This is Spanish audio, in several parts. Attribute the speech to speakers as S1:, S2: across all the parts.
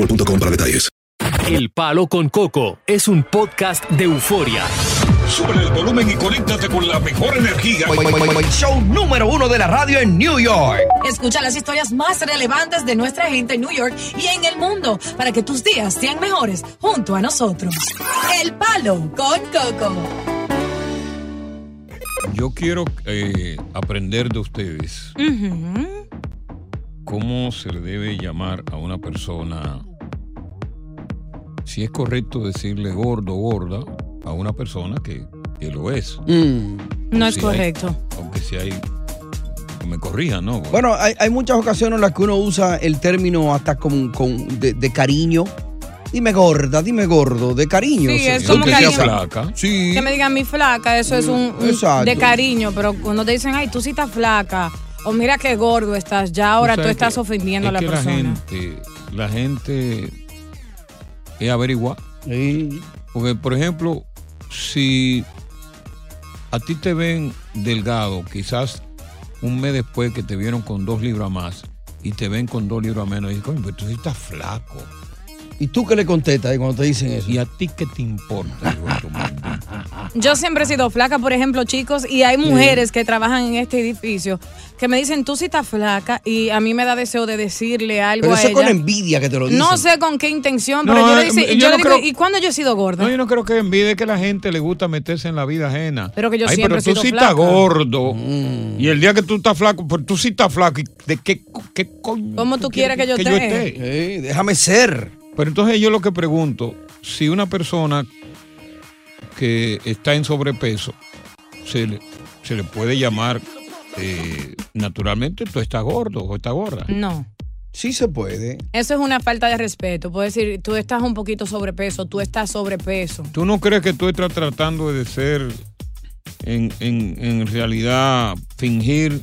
S1: para detalles.
S2: El Palo con Coco es un podcast de euforia.
S3: Sube el volumen y conéctate con la mejor energía.
S4: Show número uno de la radio en New York.
S5: Escucha las historias más relevantes de nuestra gente en New York y en el mundo para que tus días sean mejores junto a nosotros. El Palo con Coco.
S6: Yo quiero eh, aprender de ustedes
S7: Ujú.
S6: cómo se le debe llamar a una persona, si es correcto decirle gordo, gorda, a una persona que, que lo es.
S8: No es
S6: Sí,
S8: correcto.
S6: Aunque si hay, que me corrijan, ¿no?
S8: Bueno, hay, hay muchas ocasiones en las que uno usa el término hasta con, con- de, de cariño. Dime gorda, dime gordo, de cariño.
S9: Sí,
S8: o sea,
S9: es como
S8: que
S9: cariño.
S8: sea
S6: flaca.
S8: Sí.
S9: Que me digan mi flaca, eso es un, un-
S8: Exacto.
S9: de cariño, pero cuando te dicen, ay, tú sí estás flaca, o mira qué gordo estás, ya ahora tú
S6: sabes
S9: estás
S6: que-
S9: ofendiendo
S6: es
S9: a la
S6: que
S9: persona.
S6: gente, la gente es averiguar. Porque, por ejemplo, si a ti te ven delgado, quizás un mes después que te vieron con dos libras más y te ven con dos libras menos, dices, coño, pero tú sí estás flaco.
S8: ¿Y tú qué le contestas ahí cuando te dicen eso?
S6: ¿Y a ti qué te importa? hijo de tu madre?
S9: Yo siempre he sido flaca, por ejemplo, chicos, y hay mujeres que trabajan en este edificio que me dicen, tú sí estás flaca, y a mí me da deseo de decirle algo
S8: Pero
S9: a
S8: eso es
S9: ella.
S8: con envidia que te lo dicen.
S9: no sé con qué intención,
S6: No,
S9: pero yo le, dice-
S6: eh,
S9: yo
S6: yo
S9: le
S6: no
S9: digo,
S6: creo-
S9: ¿y cuándo yo he sido gorda?
S6: No, yo no creo que envidie que la gente le gusta meterse en la vida ajena.
S9: Pero que yo
S6: Ay,
S9: siempre he
S6: pero
S9: sido
S6: tú sí
S9: flaca.
S6: estás gordo. Y el día que tú estás flaco, pues tú sí estás flaco. ¿Y ¿De qué, co- qué coño?
S9: ¿Cómo tú quieres que yo esté?
S6: déjame ser. Pero entonces yo lo que pregunto, si una persona que está en sobrepeso, se le, se le puede llamar eh, naturalmente, tú estás gordo o estás gorda.
S9: No.
S8: Sí se puede.
S9: Eso es una falta de respeto. Puedo decir, tú estás un poquito sobrepeso, tú estás sobrepeso.
S6: ¿Tú no crees que tú estás tratando de ser, en, en- en realidad, fingir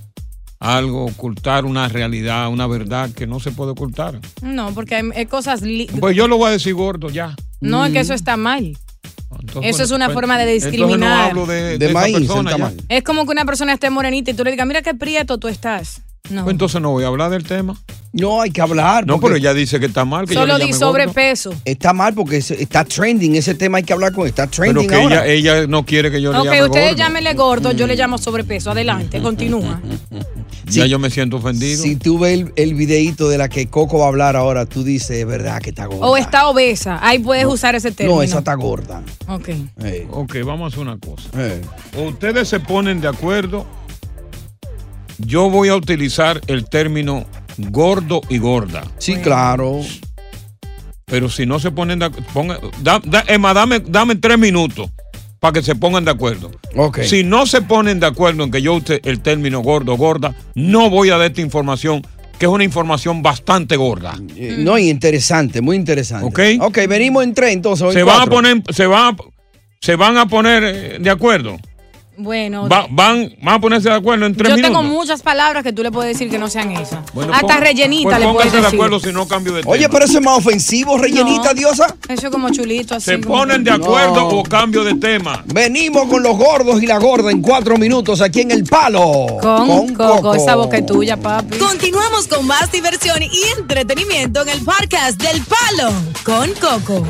S6: algo, ocultar una realidad, una verdad que no se puede ocultar?
S9: No, porque hay, hay cosas... li-
S6: Pues yo lo voy a decir gordo ya.
S9: No, es que eso está mal.
S6: Entonces,
S9: eso es una
S6: pues,
S9: forma de
S6: entonces no
S9: discriminar.
S6: hablo de,
S8: De
S6: esa
S8: maíz,
S6: persona
S8: está
S6: ya.
S8: mal.
S9: Es como que una persona esté morenita y tú le digas, mira qué prieto tú estás. No.
S6: Pues entonces no voy a hablar del tema.
S8: No, hay que hablar.
S6: No,
S8: porque
S6: pero ella dice que está mal. Que yo
S9: Solo
S6: le
S9: di
S6: llame gordo.
S9: sobrepeso.
S8: Está mal porque es- está trending. Ese tema hay que hablar con. Está
S6: Pero
S8: trending
S6: que
S8: ahora.
S6: ella, ella no quiere que yo le
S9: Ok,
S6: llame
S9: ustedes
S6: gordo.
S9: llámenle gordo, yo le llamo sobrepeso. Adelante, continúa.
S6: Ya yo me siento ofendido.
S8: Si tú ves el, el videíto de la que Coco va a hablar ahora, tú dices, es verdad que está gorda.
S9: O está obesa. Ahí puedes usar ese término.
S8: no, esa está gorda.
S9: Ok.
S8: "Eh,
S6: Ok, vamos a hacer una cosa. O Ustedes se ponen de acuerdo. Yo voy a utilizar el término gordo y gorda.
S8: Sí, claro.
S6: Pero si no se ponen de acuerdo, Emma, dame, dame tres minutos para que se pongan de acuerdo.
S8: Ok.
S6: Si no se ponen de acuerdo en que yo use el término gordo gorda, no voy a dar esta información, que es una información bastante gorda.
S8: Eh, No, y interesante, muy interesante. Ok. Ok, venimos en tres entonces. o en
S6: Se van a
S8: cuatro.
S6: poner, se van a, se van a poner eh, de acuerdo.
S9: Bueno,
S6: Va- van, van a ponerse de acuerdo en tres
S9: yo
S6: minutos.
S9: tengo muchas palabras que tú le puedes decir que no sean esas.
S6: Bueno,
S9: Hasta
S6: pon-
S9: rellenita
S6: pues
S9: le puedes
S6: pónganse de
S9: decir.
S6: acuerdo si no cambio de tema.
S8: Oye, pero eso es más ofensivo, rellenita,
S9: No.
S8: diosa.
S9: Eso como chulito así.
S6: Se
S9: como-
S6: ponen de acuerdo o cambio de tema.
S8: Venimos con los gordos y la gorda en cuatro minutos aquí en El Palo.
S9: Con, coco,
S8: Coco.
S9: esa boca es tuya, papi.
S5: Continuamos con más diversión y entretenimiento en el podcast del Palo con Coco.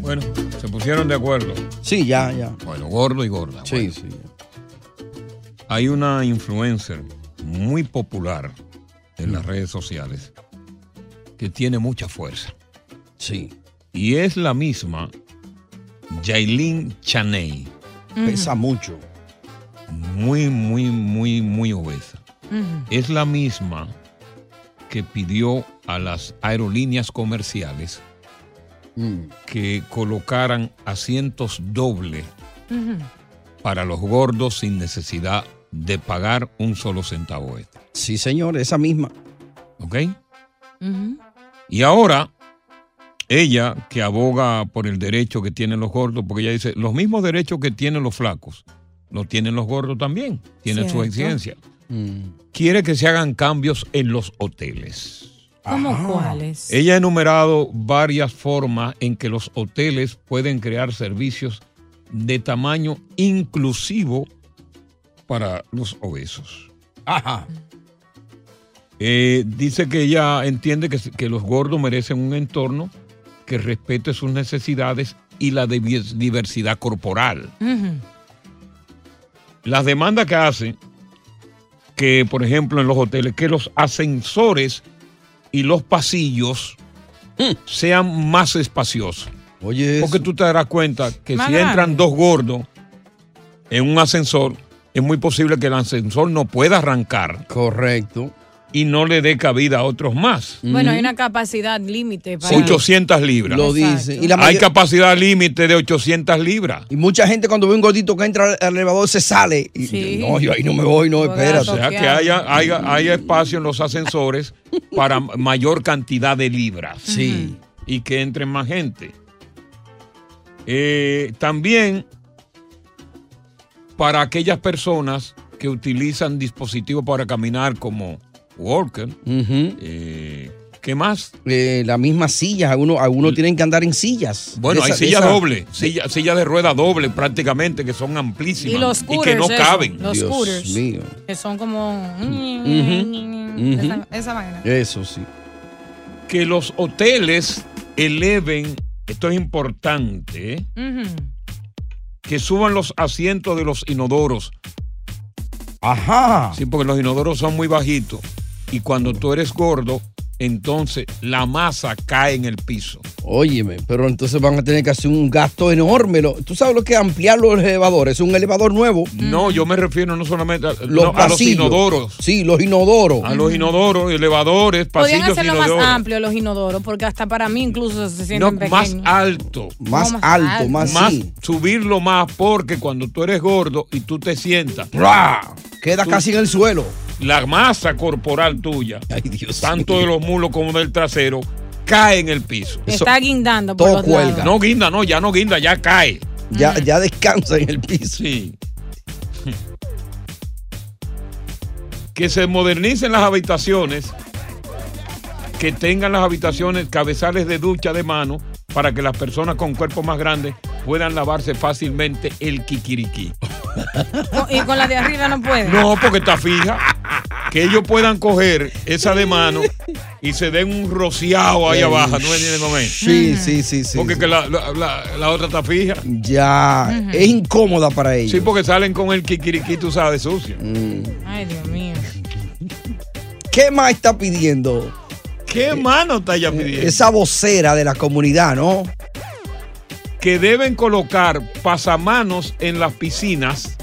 S6: Bueno, se pusieron de acuerdo.
S8: Sí, ya, ya.
S6: Bueno, gordo y gorda. Sí,
S8: sí.
S6: Hay una influencer muy popular en
S8: Mm.
S6: las redes sociales que tiene mucha fuerza.
S8: Sí.
S6: Y es la misma Jailin Chaney.
S8: Pesa mucho.
S6: Muy, muy, muy, muy obesa. Es la misma que pidió a las aerolíneas comerciales que colocaran asientos doble para los gordos sin necesidad de pagar un solo centavo extra.
S8: Sí, señor, esa misma.
S6: ¿Ok? Y ahora, ella que aboga por el derecho que tienen los gordos, porque ella dice, los mismos derechos que tienen los flacos, los tienen los gordos también, tienen sus
S9: Cierto.
S6: exigencias.
S8: Mm.
S6: Quiere que se hagan cambios en los hoteles.
S9: ¿Cómo cuáles?
S6: Ella ha enumerado varias formas en que los hoteles pueden crear servicios de tamaño inclusivo para los obesos. Ajá. Eh, dice que ella entiende que, que los gordos merecen un entorno que respete sus necesidades y la divi- diversidad corporal. Las demandas que hace, que por ejemplo en los hoteles, que los ascensores y los pasillos mm, sean más espaciosos.
S8: Oye,
S6: Porque tú te darás cuenta que
S9: Más
S6: si
S9: grande.
S6: entran dos gordos en un ascensor, es muy posible que el ascensor no pueda arrancar.
S8: Correcto.
S6: Y no le dé cabida a otros más.
S9: Bueno, hay una capacidad límite para.
S6: 800 libras.
S8: Lo dice. Y la
S6: Hay
S8: mayor-
S6: capacidad límite de 800 libras.
S8: Y mucha gente cuando ve un gordito que entra al elevador se sale. Y, No, yo ahí no me voy, no, espérate.
S6: O sea, que haya, haya- haya espacio en los ascensores para mayor cantidad de libras.
S8: Sí.
S6: Y que entre más gente. Eh, también para aquellas personas que utilizan dispositivos para caminar como walker. eh, ¿Qué más?
S8: Eh, las mismas sillas, algunos, algunos tienen que andar en sillas.
S6: Bueno,
S8: De
S6: hay
S8: esa- de
S6: sillas
S8: esa-
S6: doble, sillas silla de rueda doble prácticamente, que son amplísimas
S9: Y los
S6: que no
S9: scooters, eso,
S6: caben.
S9: los Dios scooters.
S8: mío.
S9: Que son como. mm,
S6: Ujú,
S9: Esa-
S6: ujú.
S9: esa vaina.
S8: Eso sí.
S6: que los hoteles eleven, esto es importante, ¿eh?
S9: Ujú.
S6: que suban los asientos de los inodoros.
S8: Ajá.
S6: Sí, porque los inodoros son muy bajitos. Y cuando tú eres gordo, entonces la masa cae en el piso.
S8: Óyeme, pero entonces van a tener que hacer un gasto enorme. Lo- ¿Tú sabes lo que es ampliar los elevadores? Un elevador nuevo.
S6: No, yo me refiero no solamente a
S8: Los
S6: no, a los
S8: pasillos.
S6: inodoros. Ah,
S8: Sí, los inodoros.
S6: A los inodoros, elevadores,
S9: Podrían
S6: pasillos
S9: hacerlo más
S6: inodoros.
S9: amplio los inodoros, porque hasta para mí incluso se
S6: No,
S9: sienten
S6: más
S9: pequeños.
S6: alto.
S9: Más No, más alto, alto. más sí.
S6: subirlo más porque cuando tú eres gordo y tú te sientas.
S8: ¡ra! Queda
S6: Tú-
S8: casi en el suelo.
S6: la masa corporal tuya, tanto de los mulos como del trasero, cae en el piso.
S9: Está guindando por los lados.
S6: No guinda, no, ya no guinda, ya cae.
S8: Ya, ya descansa en el piso.
S6: Sí. Que se modernicen las habitaciones, que tengan las habitaciones cabezales de ducha de mano para que las personas con cuerpos más grandes puedan lavarse fácilmente el kikiriki.
S9: Con- Y con la de arriba no puede.
S6: No, porque está fija. Que ellos puedan coger esa de mano y se den un rociado ahí
S8: Eh,
S6: abajo. ¿No me entiendes, mamá?
S8: Sí, sí, sí, sí.
S6: Porque
S8: sí.
S6: que la, la- la- la otra está fija.
S8: Ya, es incómoda para ellos.
S6: Sí, porque salen con el kikiriki, tú sabes, sucio.
S8: Mm.
S9: Ay, Dios mío.
S8: ¿Qué más está pidiendo?
S6: ¿Qué mano está
S8: Eh,
S6: ya pidiendo?
S8: Esa vocera de la comunidad, ¿no?
S6: Que deben colocar pasamanos en las piscinas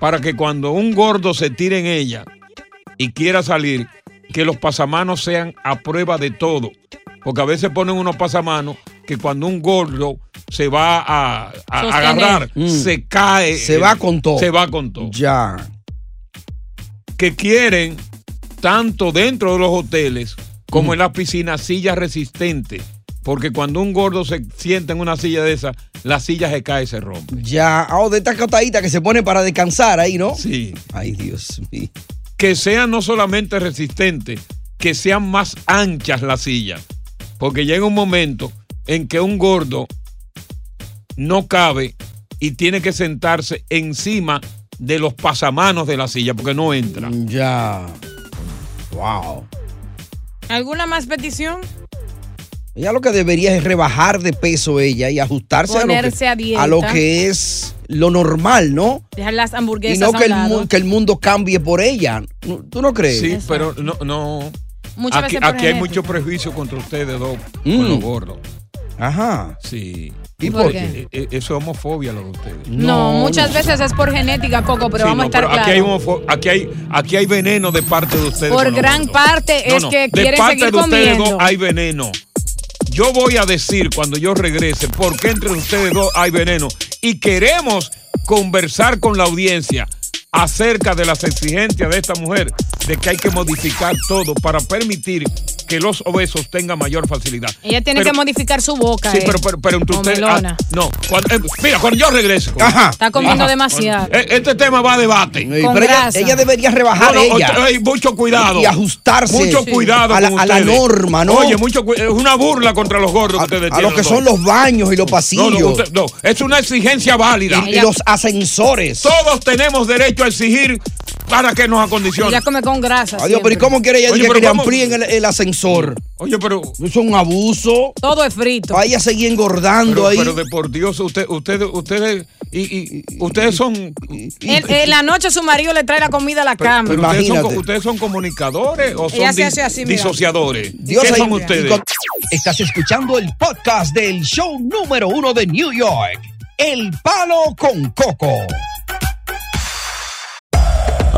S6: para que cuando un gordo se tire en ella y quiera salir, que los pasamanos sean a prueba de todo. Porque a veces ponen unos pasamanos que cuando un gordo se va a, a- a
S8: Sostener.
S6: agarrar,
S8: Mm.
S6: se cae.
S8: Se va con todo.
S6: Se va con todo.
S8: Ya.
S6: Que quieren, tanto dentro de los hoteles
S8: Mm.
S6: como en las piscinas, sillas resistentes. Porque cuando un gordo se sienta en una silla de esa, la silla se cae y se rompe.
S8: Ya, ah, de estas cotaditas que se pone para descansar ahí, ¿no?
S6: Sí.
S8: Ay, Dios mío.
S6: Que sean no solamente resistentes, que sean más anchas las sillas. Porque llega un momento en que un gordo no cabe y tiene que sentarse encima de los pasamanos de la silla porque no entra.
S8: Ya. Wow.
S9: ¿Alguna más petición?
S8: Ella lo que debería es rebajar de peso ella y ajustarse a lo,
S9: Ponerse
S8: que,
S9: a dieta.
S8: a lo que es lo normal, ¿no?
S9: Dejar las hamburguesas
S8: Y no
S9: a
S8: que
S9: un
S8: el,
S9: lado.
S8: mu- que el mundo cambie por ella. No, ¿Tú no crees?
S6: Sí, pero no, no.
S9: Muchas
S6: aquí
S9: veces por
S6: aquí hay
S9: genética.
S6: mucho prejuicio contra ustedes dos
S8: Mm.
S6: con los gordos.
S8: Ajá.
S6: Sí.
S9: ¿Y por qué?
S6: Eh, eh, Eso es homofobia lo de ustedes.
S9: No, muchas veces es por genética, Coco, pero
S6: Sí,
S9: vamos
S6: no,
S9: a estar
S6: pero aquí, hay
S9: claros.
S6: homofo- aquí, hay, aquí hay veneno de parte de ustedes.
S9: Por
S6: con los
S9: gran
S6: gordos.
S9: parte
S6: No,
S9: es
S6: no,
S9: que
S6: de
S9: quieren
S6: parte
S9: seguir
S6: de ustedes
S9: comiendo.
S6: dos hay veneno. Yo voy a decir cuando yo regrese por qué entre ustedes dos hay veneno. Y queremos conversar con la audiencia acerca de las exigencias de esta mujer, de que hay que modificar todo para permitir que los obesos tengan mayor facilidad.
S9: Ella tiene
S6: Pero-
S9: que modificar su boca.
S6: Sí,
S9: eh.
S6: pero, pero, pero entre
S9: Con
S6: ustedes.
S9: melona.
S6: ah, no, cuando- eh, mira, cuando yo regrese.
S9: Está comiendo demasiado.
S6: Eh, Este tema va a debate.
S8: Con pero ella- grasa. ella debería rebajar
S6: No, no,
S8: ella.
S6: oye, mucho cuidado.
S8: Y ajustarse
S6: Mucho
S8: Sí.
S6: cuidado.
S8: a la-
S6: con
S8: a la
S6: ustedes.
S8: norma, ¿no?
S6: Oye, mucho cu- es una burla contra los gordos que ustedes
S8: A lo
S6: tienen
S8: que son
S6: dos.
S8: los baños y los pasillos.
S6: No, no, usted- no, es una exigencia válida.
S8: Y- y los ascensores.
S6: Todos tenemos derecho a exigir para que nos acondicionen.
S9: Ella come con grasa.
S8: Adiós, pero ¿y
S9: siempre.
S8: cómo quiere ella
S6: Oye,
S8: diga
S6: pero
S8: que le
S6: ¿cómo?
S8: amplíen el, el ascensor?
S6: Oye, pero.
S8: Es un abuso.
S9: Todo es frito.
S8: Vaya a seguir engordando
S6: Pero,
S8: ahí.
S6: pero de por Dios, usted- ustedes, ustedes, y, y- ustedes son.
S9: En, en la noche su marido le trae la comida a la
S6: Pero-
S9: cama.
S6: pero ustedes son, co- ustedes son comunicadores o
S9: Ella
S6: son
S9: se
S6: di-
S9: hace así, mira.
S6: disociadores.
S8: Dios
S6: ¿Qué
S8: ahí-
S6: son ustedes?
S4: Estás escuchando el podcast del show número uno de New York, El Palo con Coco.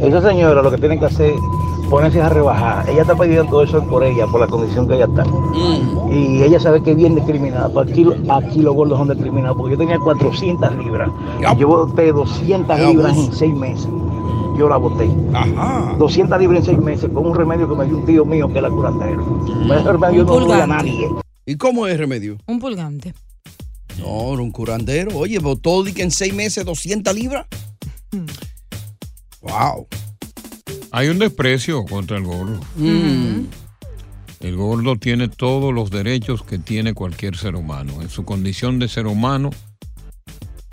S10: Esa señora lo que tiene que hacer ponerse a rebajar. Ella está pidiendo todo eso por ella, por la condición que ella está. Y ella sabe que es bien discriminada. Por Aquí, aquí los gordos son discriminados. Porque yo tenía 400 libras. Y yo boté 200
S11: Ya,
S10: libras
S11: pues.
S10: en seis meses. Yo la boté. 200 libras en seis meses con un remedio que me dio un tío mío que era curandero. Pero ese remedio
S9: Un
S10: no dura a
S9: pulgante.
S10: nadie.
S8: ¿Y cómo es el remedio?
S9: Un pulgante.
S8: No, era un curandero. Oye, botó di que en seis meses 200 libras. Wow.
S6: Hay un desprecio contra el gordo.
S8: Mm,
S6: El gordo tiene todos los derechos que tiene cualquier ser humano. En su condición de ser humano,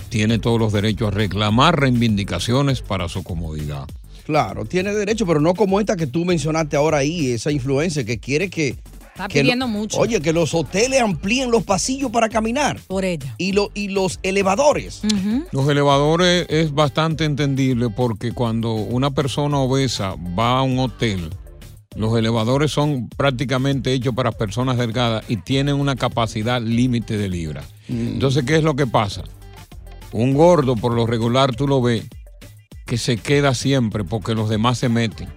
S6: tiene todos los derechos a reclamar reivindicaciones para su comodidad.
S8: Claro, tiene derecho, pero no como esta que tú mencionaste ahora ahí, esa influencia que quiere que.
S9: Está
S8: que lo-
S9: pidiendo mucho.
S8: Oye, que los hoteles amplíen los pasillos para caminar.
S9: Por ella.
S8: Y, lo, y los elevadores.
S6: Los elevadores es bastante entendible porque cuando una persona obesa va a un hotel, los elevadores son prácticamente hechos para personas delgadas y tienen una capacidad límite de libras.
S8: Mm.
S6: Entonces, ¿qué es lo que pasa? Un gordo, por lo regular, tú lo ves, que se queda siempre porque los demás se meten.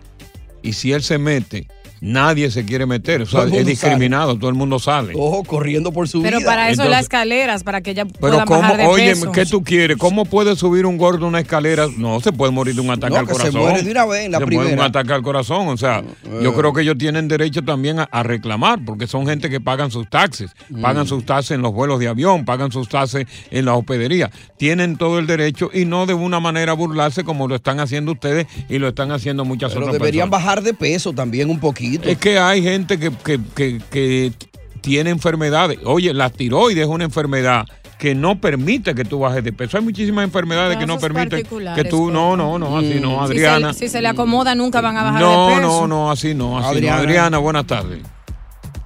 S6: Y si él se mete, Nadie se quiere meter, o sea,
S8: Todo el
S6: es
S8: mundo
S6: discriminado, todo el mundo sale.
S8: Ojo, corriendo por su
S9: Pero
S8: vida.
S9: para eso
S6: Entonces-
S9: las escaleras, para que ella
S6: Pero
S9: pueda
S6: cómo,
S9: bajar de
S6: oye,
S9: peso.
S6: ¿qué tú quieres? ¿Cómo puede subir un gordo una escalera? No, se puede morir de un ataque
S8: No,
S6: al
S8: que se
S6: corazón.
S8: muere de una vez, la
S6: Se muere de
S8: primera. eh.
S6: un ataque al corazón, o sea, yo creo que ellos tienen derecho también a, a reclamar, porque son gente que pagan sus taxes,
S8: Mm.
S6: pagan sus taxes en los vuelos de avión, pagan sus taxes en la hospedería. Tienen todo el derecho y no de una manera burlarse como lo están haciendo ustedes y lo están haciendo muchas
S8: Pero
S6: otras
S8: deberían
S6: personas.
S8: bajar de peso también un poquito.
S6: Es que hay gente que, que- que- que tiene enfermedades. Oye, la tiroides es una enfermedad que no permite que tú bajes de peso. Hay muchísimas enfermedades que no
S9: Casos
S6: permiten que
S9: particulares,
S6: tú... No, no, no, así
S9: Si
S6: no,
S9: se-
S6: Adriana.
S9: Si se, le acomoda, nunca van a bajar de
S6: no,
S9: peso.
S6: no, no, así no, así
S8: Adriana.
S6: no. Adriana, buenas tardes.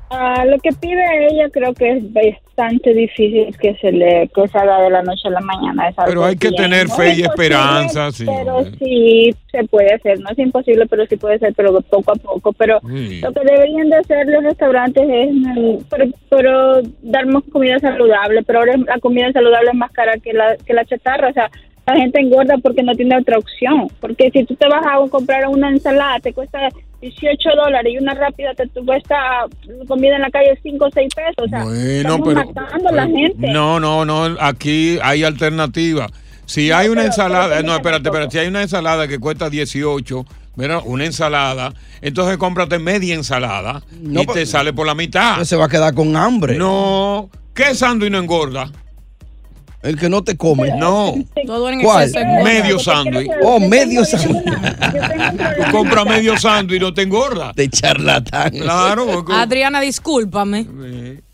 S11: Ah, lo que pide ella creo que es bastante difícil que se le que se haga de la noche a la mañana. es algo
S6: Pero hay que
S11: bien.
S6: tener
S11: No
S6: fe
S11: es
S6: y esperanza, sí.
S11: Pero sí se puede hacer, no es imposible, pero sí puede ser, pero poco a poco. Pero
S6: Sí.
S11: lo que deberían de hacer los restaurantes es, mm, pero, pero darnos comida saludable, pero ahora la comida saludable es más cara que la, que la chatarra, o sea, la gente engorda porque no tiene otra opción, porque si tú te vas a comprar una ensalada, te cuesta 18 dólares y una rápida te te cuesta comida en la calle 5 o 6 pesos, o sea, estamos matando a la gente.
S6: eh, No, no, no, aquí hay alternativa. Si hay una ensalada, no, espérate, espérate, si hay una ensalada que cuesta 18, mira, una ensalada, entonces cómprate media ensalada y
S8: pues,
S6: te sale por la mitad.
S8: Se va a quedar con hambre.
S6: No. ¿Qué sándwich no engorda?
S8: El que no te come.
S6: No.
S9: Todo en
S8: ¿Cuál?
S9: exceso engorda.
S6: Medio sándwich.
S8: Oh, medio sándwich.
S6: Tú compras medio sándwich y no te engorda.
S8: De charlatán.
S6: Claro, porque- eh,
S9: Adriana, discúlpame.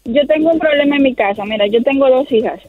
S11: Yo tengo un problema en mi casa, mira, yo tengo dos hijas,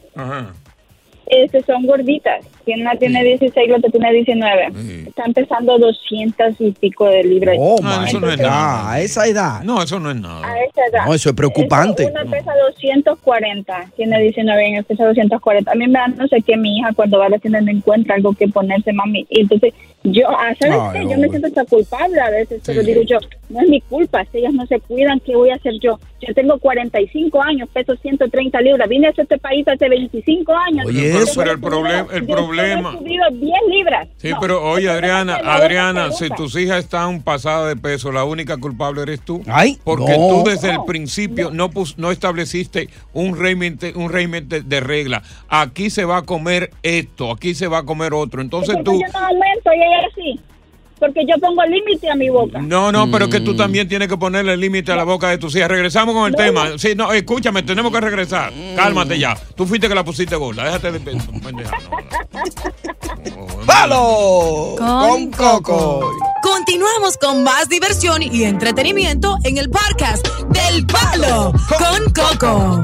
S11: este, son gorditas, que una tiene 16 y la otra tiene 19, están pesando 200 y pico de libras.
S8: Oh, my
S6: eso no es
S8: God. Ah,
S6: nada.
S8: A esa edad.
S6: No, eso no es nada.
S11: A esa edad.
S8: No, eso es preocupante.
S11: Una pesa 240, tiene 19 años, pesa 240. A mí me da no sé qué mi hija cuando va a la tienda no encuentra algo que ponerse, mami. Y entonces yo, ah, ¿sabes
S12: Ay,
S11: qué? Yo me
S12: hombre.
S11: siento hasta culpable a veces, pero digo yo, no es mi culpa, si ellas no se cuidan, ¿qué voy a hacer yo? Yo tengo 45 años, peso 130 libras, vine a este país hace 25 años.
S6: Oye,
S11: Yo
S6: pero, pero el
S11: solo
S6: problema, el
S11: he
S6: problema.
S11: subido 10 libras.
S6: Sí, pero oye, Adriana,
S11: la otra
S6: Adriana, si
S11: pregunta.
S6: tus hijas están pasadas de peso, la única culpable eres tú.
S8: Ay,
S6: porque
S8: no.
S6: tú desde el principio no, pus- no estableciste un régimen, de- un régimen de, de regla. Aquí se va a comer esto, aquí se va a comer otro. Entonces
S11: Porque
S6: tú.
S11: yo no aumento y ella sí, porque yo pongo límite a mi boca.
S6: No, no, pero es que
S8: Mm.
S6: tú también tienes que ponerle límite a la boca de tus hijas. Regresamos con el tema. Sí, no, escúchame, tenemos que regresar.
S8: Mm.
S6: Cálmate ya. Tú fuiste que la pusiste gorda. Déjate de pendeja.
S8: ¡Palo! Con Coco.
S5: Continuamos con más diversión y entretenimiento en el podcast del Palo con Coco.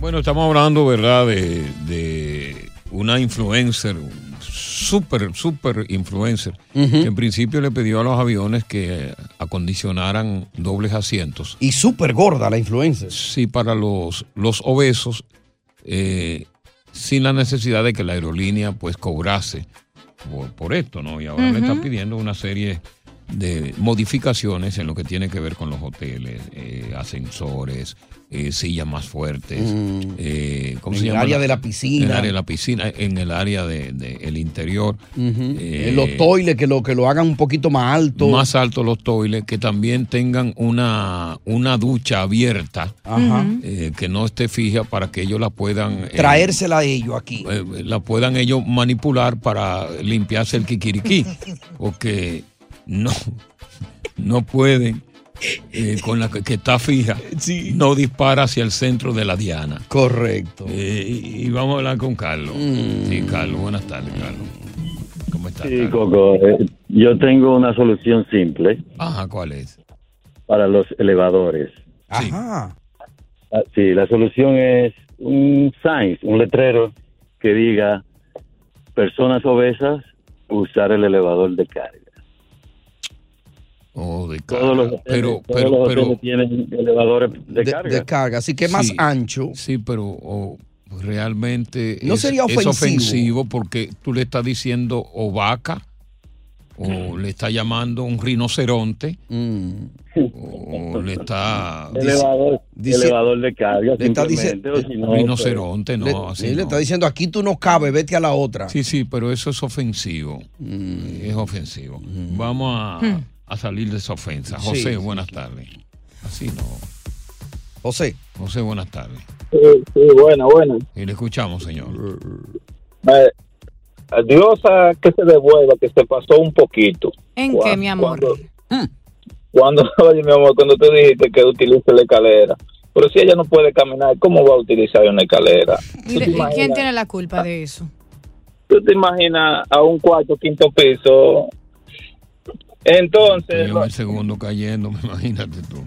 S6: Bueno, estamos hablando, ¿verdad?, de, de una influencer, súper, súper influencer, que en principio le pidió a los aviones que acondicionaran dobles asientos.
S8: Y súper gorda la influencer.
S6: Sí, para los, los obesos, eh, sin la necesidad de que la aerolínea pues cobrase por, por esto, ¿no? Y ahora le
S13: Ujú.
S6: están pidiendo una serie de modificaciones en lo que tiene que ver con los hoteles, eh, ascensores, eh, sillas más fuertes, eh, ¿cómo
S8: Mm. En
S6: se
S8: el
S6: llama?
S8: área de la piscina.
S6: En el área de la piscina, en el área del de, el interior. eh,
S8: En los toiles que lo, que lo hagan un poquito más alto.
S6: más altos los toiles, que también tengan una, una ducha abierta,
S8: Ajá.
S6: eh, que no esté fija para que ellos la puedan... eh,
S8: Traérsela a ellos aquí.
S6: eh, la puedan ellos manipular para limpiarse el kikiriki, porque no, no pueden, eh, con la que, que está fija, no dispara hacia el centro de la diana. Eh,
S8: Correcto.
S6: y, y vamos a hablar con Carlos. Sí, Carlos, buenas tardes, Carlos. ¿Cómo estás?
S14: Sí, Coco, eh, yo tengo una solución simple
S6: Ajá, ¿cuál es?
S14: para los elevadores.
S8: Ajá.
S14: Ah, Sí, la solución es un sign, un letrero que diga personas obesas usar el elevador de carga.
S6: Oh, de
S14: carga. Todos los hoteles,
S6: Pero-
S14: todos
S6: pero-
S14: los
S6: pero-
S14: hoteles tienen elevadores de,
S8: De,
S14: carga.
S8: de carga. Así que más
S6: Sí.
S8: ancho.
S6: Sí, pero o, realmente
S8: No
S6: es,
S8: sería
S6: es
S8: ofensivo.
S6: ofensivo porque tú le estás diciendo o vaca
S14: Mm.
S6: o le estás llamando un rinoceronte o le está
S14: elevador, elevador de carga,
S8: le está
S14: simplemente, o si no, pues,
S6: rinoceronte, no,
S8: Le,
S6: así
S8: sí, le
S6: no.
S8: está diciendo, aquí tú no cabes, vete a la otra.
S6: Sí, sí, pero eso es ofensivo. Es ofensivo. Vamos a,
S8: Mm.
S6: a a salir de esa ofensa.
S8: Sí,
S6: José,
S8: sí,
S6: buenas tardes. Así no.
S8: José.
S6: José, buenas tardes.
S12: Sí, sí, bueno, bueno.
S6: Y le escuchamos, señor.
S12: Eh, a Dios a que se devuelva, que se pasó un poquito.
S9: ¿En
S12: Cuando-
S9: qué, mi amor?
S12: Cuando, oye, mi amor, cuando tú dijiste que utilice la escalera. Pero si ella no puede caminar, ¿cómo va a utilizar una escalera?
S9: ¿Y, de- y quién tiene la culpa de eso?
S12: ¿Tú te imaginas a un cuarto, quinto piso? Entonces,
S6: Yo en el segundo cayendo, me imagínate tú.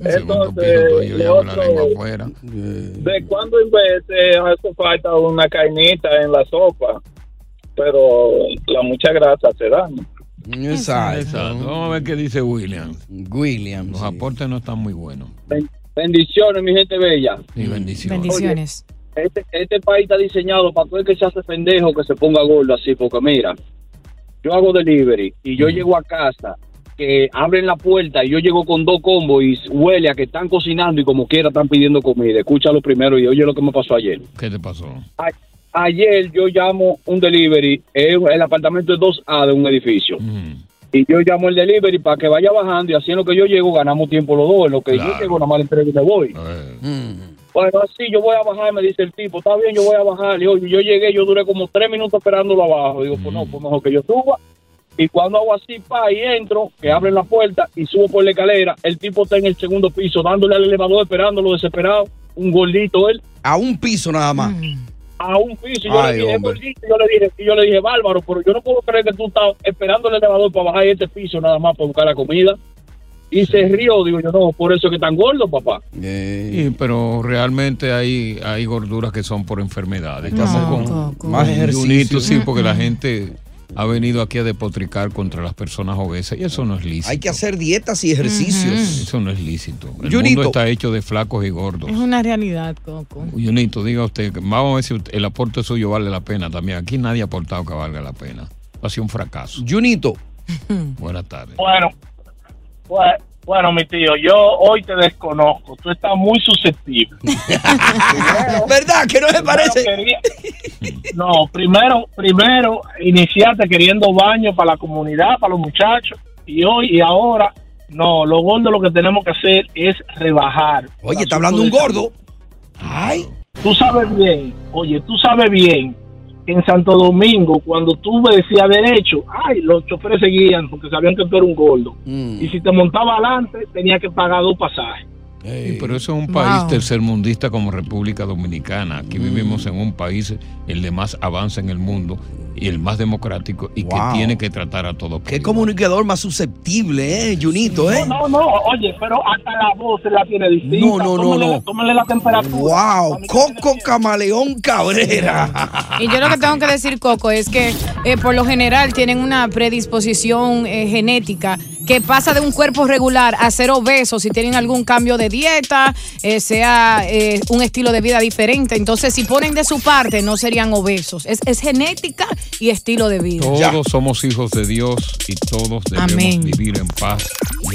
S12: entonces
S6: Yo llevo la
S12: otro,
S6: lengua afuera.
S12: de cuando en vez eh, hace falta una carnita en la sopa, pero la mucha grasa se da. ¿no?
S8: Exacto.
S6: Ah, Vamos a ver qué dice William.
S8: William.
S6: Los aportes no están muy buenos.
S13: Bendiciones, mi gente bella.
S6: Y bendiciones.
S9: Bendiciones.
S13: Oye, este, este país está diseñado para todo el que se hace pendejo que se ponga gordo así, porque mira, yo hago delivery y yo llego a casa, que abren la puerta y yo llego con dos combos y huele a que están cocinando y como quiera están pidiendo comida. Escúchalo primero y oye lo que me pasó ayer.
S6: ¿Qué te pasó?
S13: A- ayer yo llamo un delivery, es el apartamento es 2A de un edificio.
S6: Mm.
S13: Y yo llamo el delivery para que vaya bajando y así en lo que yo llego ganamos tiempo los dos. En lo que yo
S6: Claro.
S13: llego, nada más le entrego y me voy.
S6: Mm.
S13: Bueno, así yo voy a bajar, me dice el tipo, está bien, yo voy a bajar. Le digo, yo llegué, yo duré como tres minutos esperándolo abajo. Digo, pues no, pues mejor que yo suba. Y cuando hago así, pa, y entro, que abren la puerta y subo por la escalera, el tipo está en el segundo piso dándole al elevador, esperándolo desesperado, un gordito él.
S8: A un piso nada más.
S13: A un piso, y yo,
S8: Ay,
S13: le dije,
S8: hombre.
S13: gordito, y yo le dije, y yo le dije, bárbaro, pero yo no puedo creer que tú estás esperando el elevador para bajar este piso nada más para buscar la comida. Y se rió, digo yo, no, por eso es que tan gordo, papá.
S8: Eh,
S6: Sí, pero realmente hay, hay gorduras que son por enfermedades.
S13: No,
S6: Estamos con-
S13: Coco.
S6: con
S13: Más ejercicio.
S6: yunito, sí, porque la
S13: Mm-mm.
S6: gente ha venido aquí a depotricar contra las personas obesas y eso no es lícito.
S8: Hay que hacer dietas y ejercicios.
S6: Eso no es lícito. El
S8: Yunito.
S6: mundo está hecho de flacos y gordos.
S9: Es una realidad, Coco.
S6: Junito, diga usted, vamos a ver si usted- el aporte suyo vale la pena también. Aquí nadie ha aportado que valga la pena. Ha sido un fracaso.
S8: Junito.
S6: Buenas tardes.
S15: Bueno, bue- bueno, mi tío, yo hoy te desconozco. Tú estás muy susceptible.
S8: ¿Verdad? Que no me
S15: parece. no, primero, primero iniciaste queriendo baño para la comunidad, para los muchachos. Y hoy y ahora, no, los gordos lo que tenemos que hacer es rebajar.
S8: Oye, está hablando un gordo. Ay.
S15: Tú sabes bien, oye, tú sabes bien que en Santo Domingo, cuando tú decías derecho, ay, los choferes seguían porque sabían que tú eras un gordo.
S8: Mm.
S15: Y si te montaba adelante, tenía que pagar dos pasajes.
S6: Sí, pero eso es un
S15: Wow.
S6: país tercermundista como República Dominicana. Aquí vivimos en un país, el de más avance en el mundo y el más democrático y
S8: Wow.
S6: que tiene que tratar a todos.
S8: Qué comunicador más susceptible, ¿eh, Junito, eh?
S15: No, no, oye, pero hasta la voz se la tiene distinta.
S8: No, no, no,
S15: Tómale-
S8: no.
S15: tómale la temperatura.
S8: Wow, Coco Camaleón Cabrera.
S9: Y yo lo que tengo que decir, Coco, es que eh, por lo general tienen una predisposición eh, genética que pasa de un cuerpo regular a ser obeso si tienen algún cambio de dieta, eh, sea eh, un estilo de vida diferente. Entonces, si ponen de su parte, no serían obesos. Es, es genética y estilo de vida.
S6: Todos somos hijos de Dios y todos debemos
S9: Amén.
S6: vivir en paz y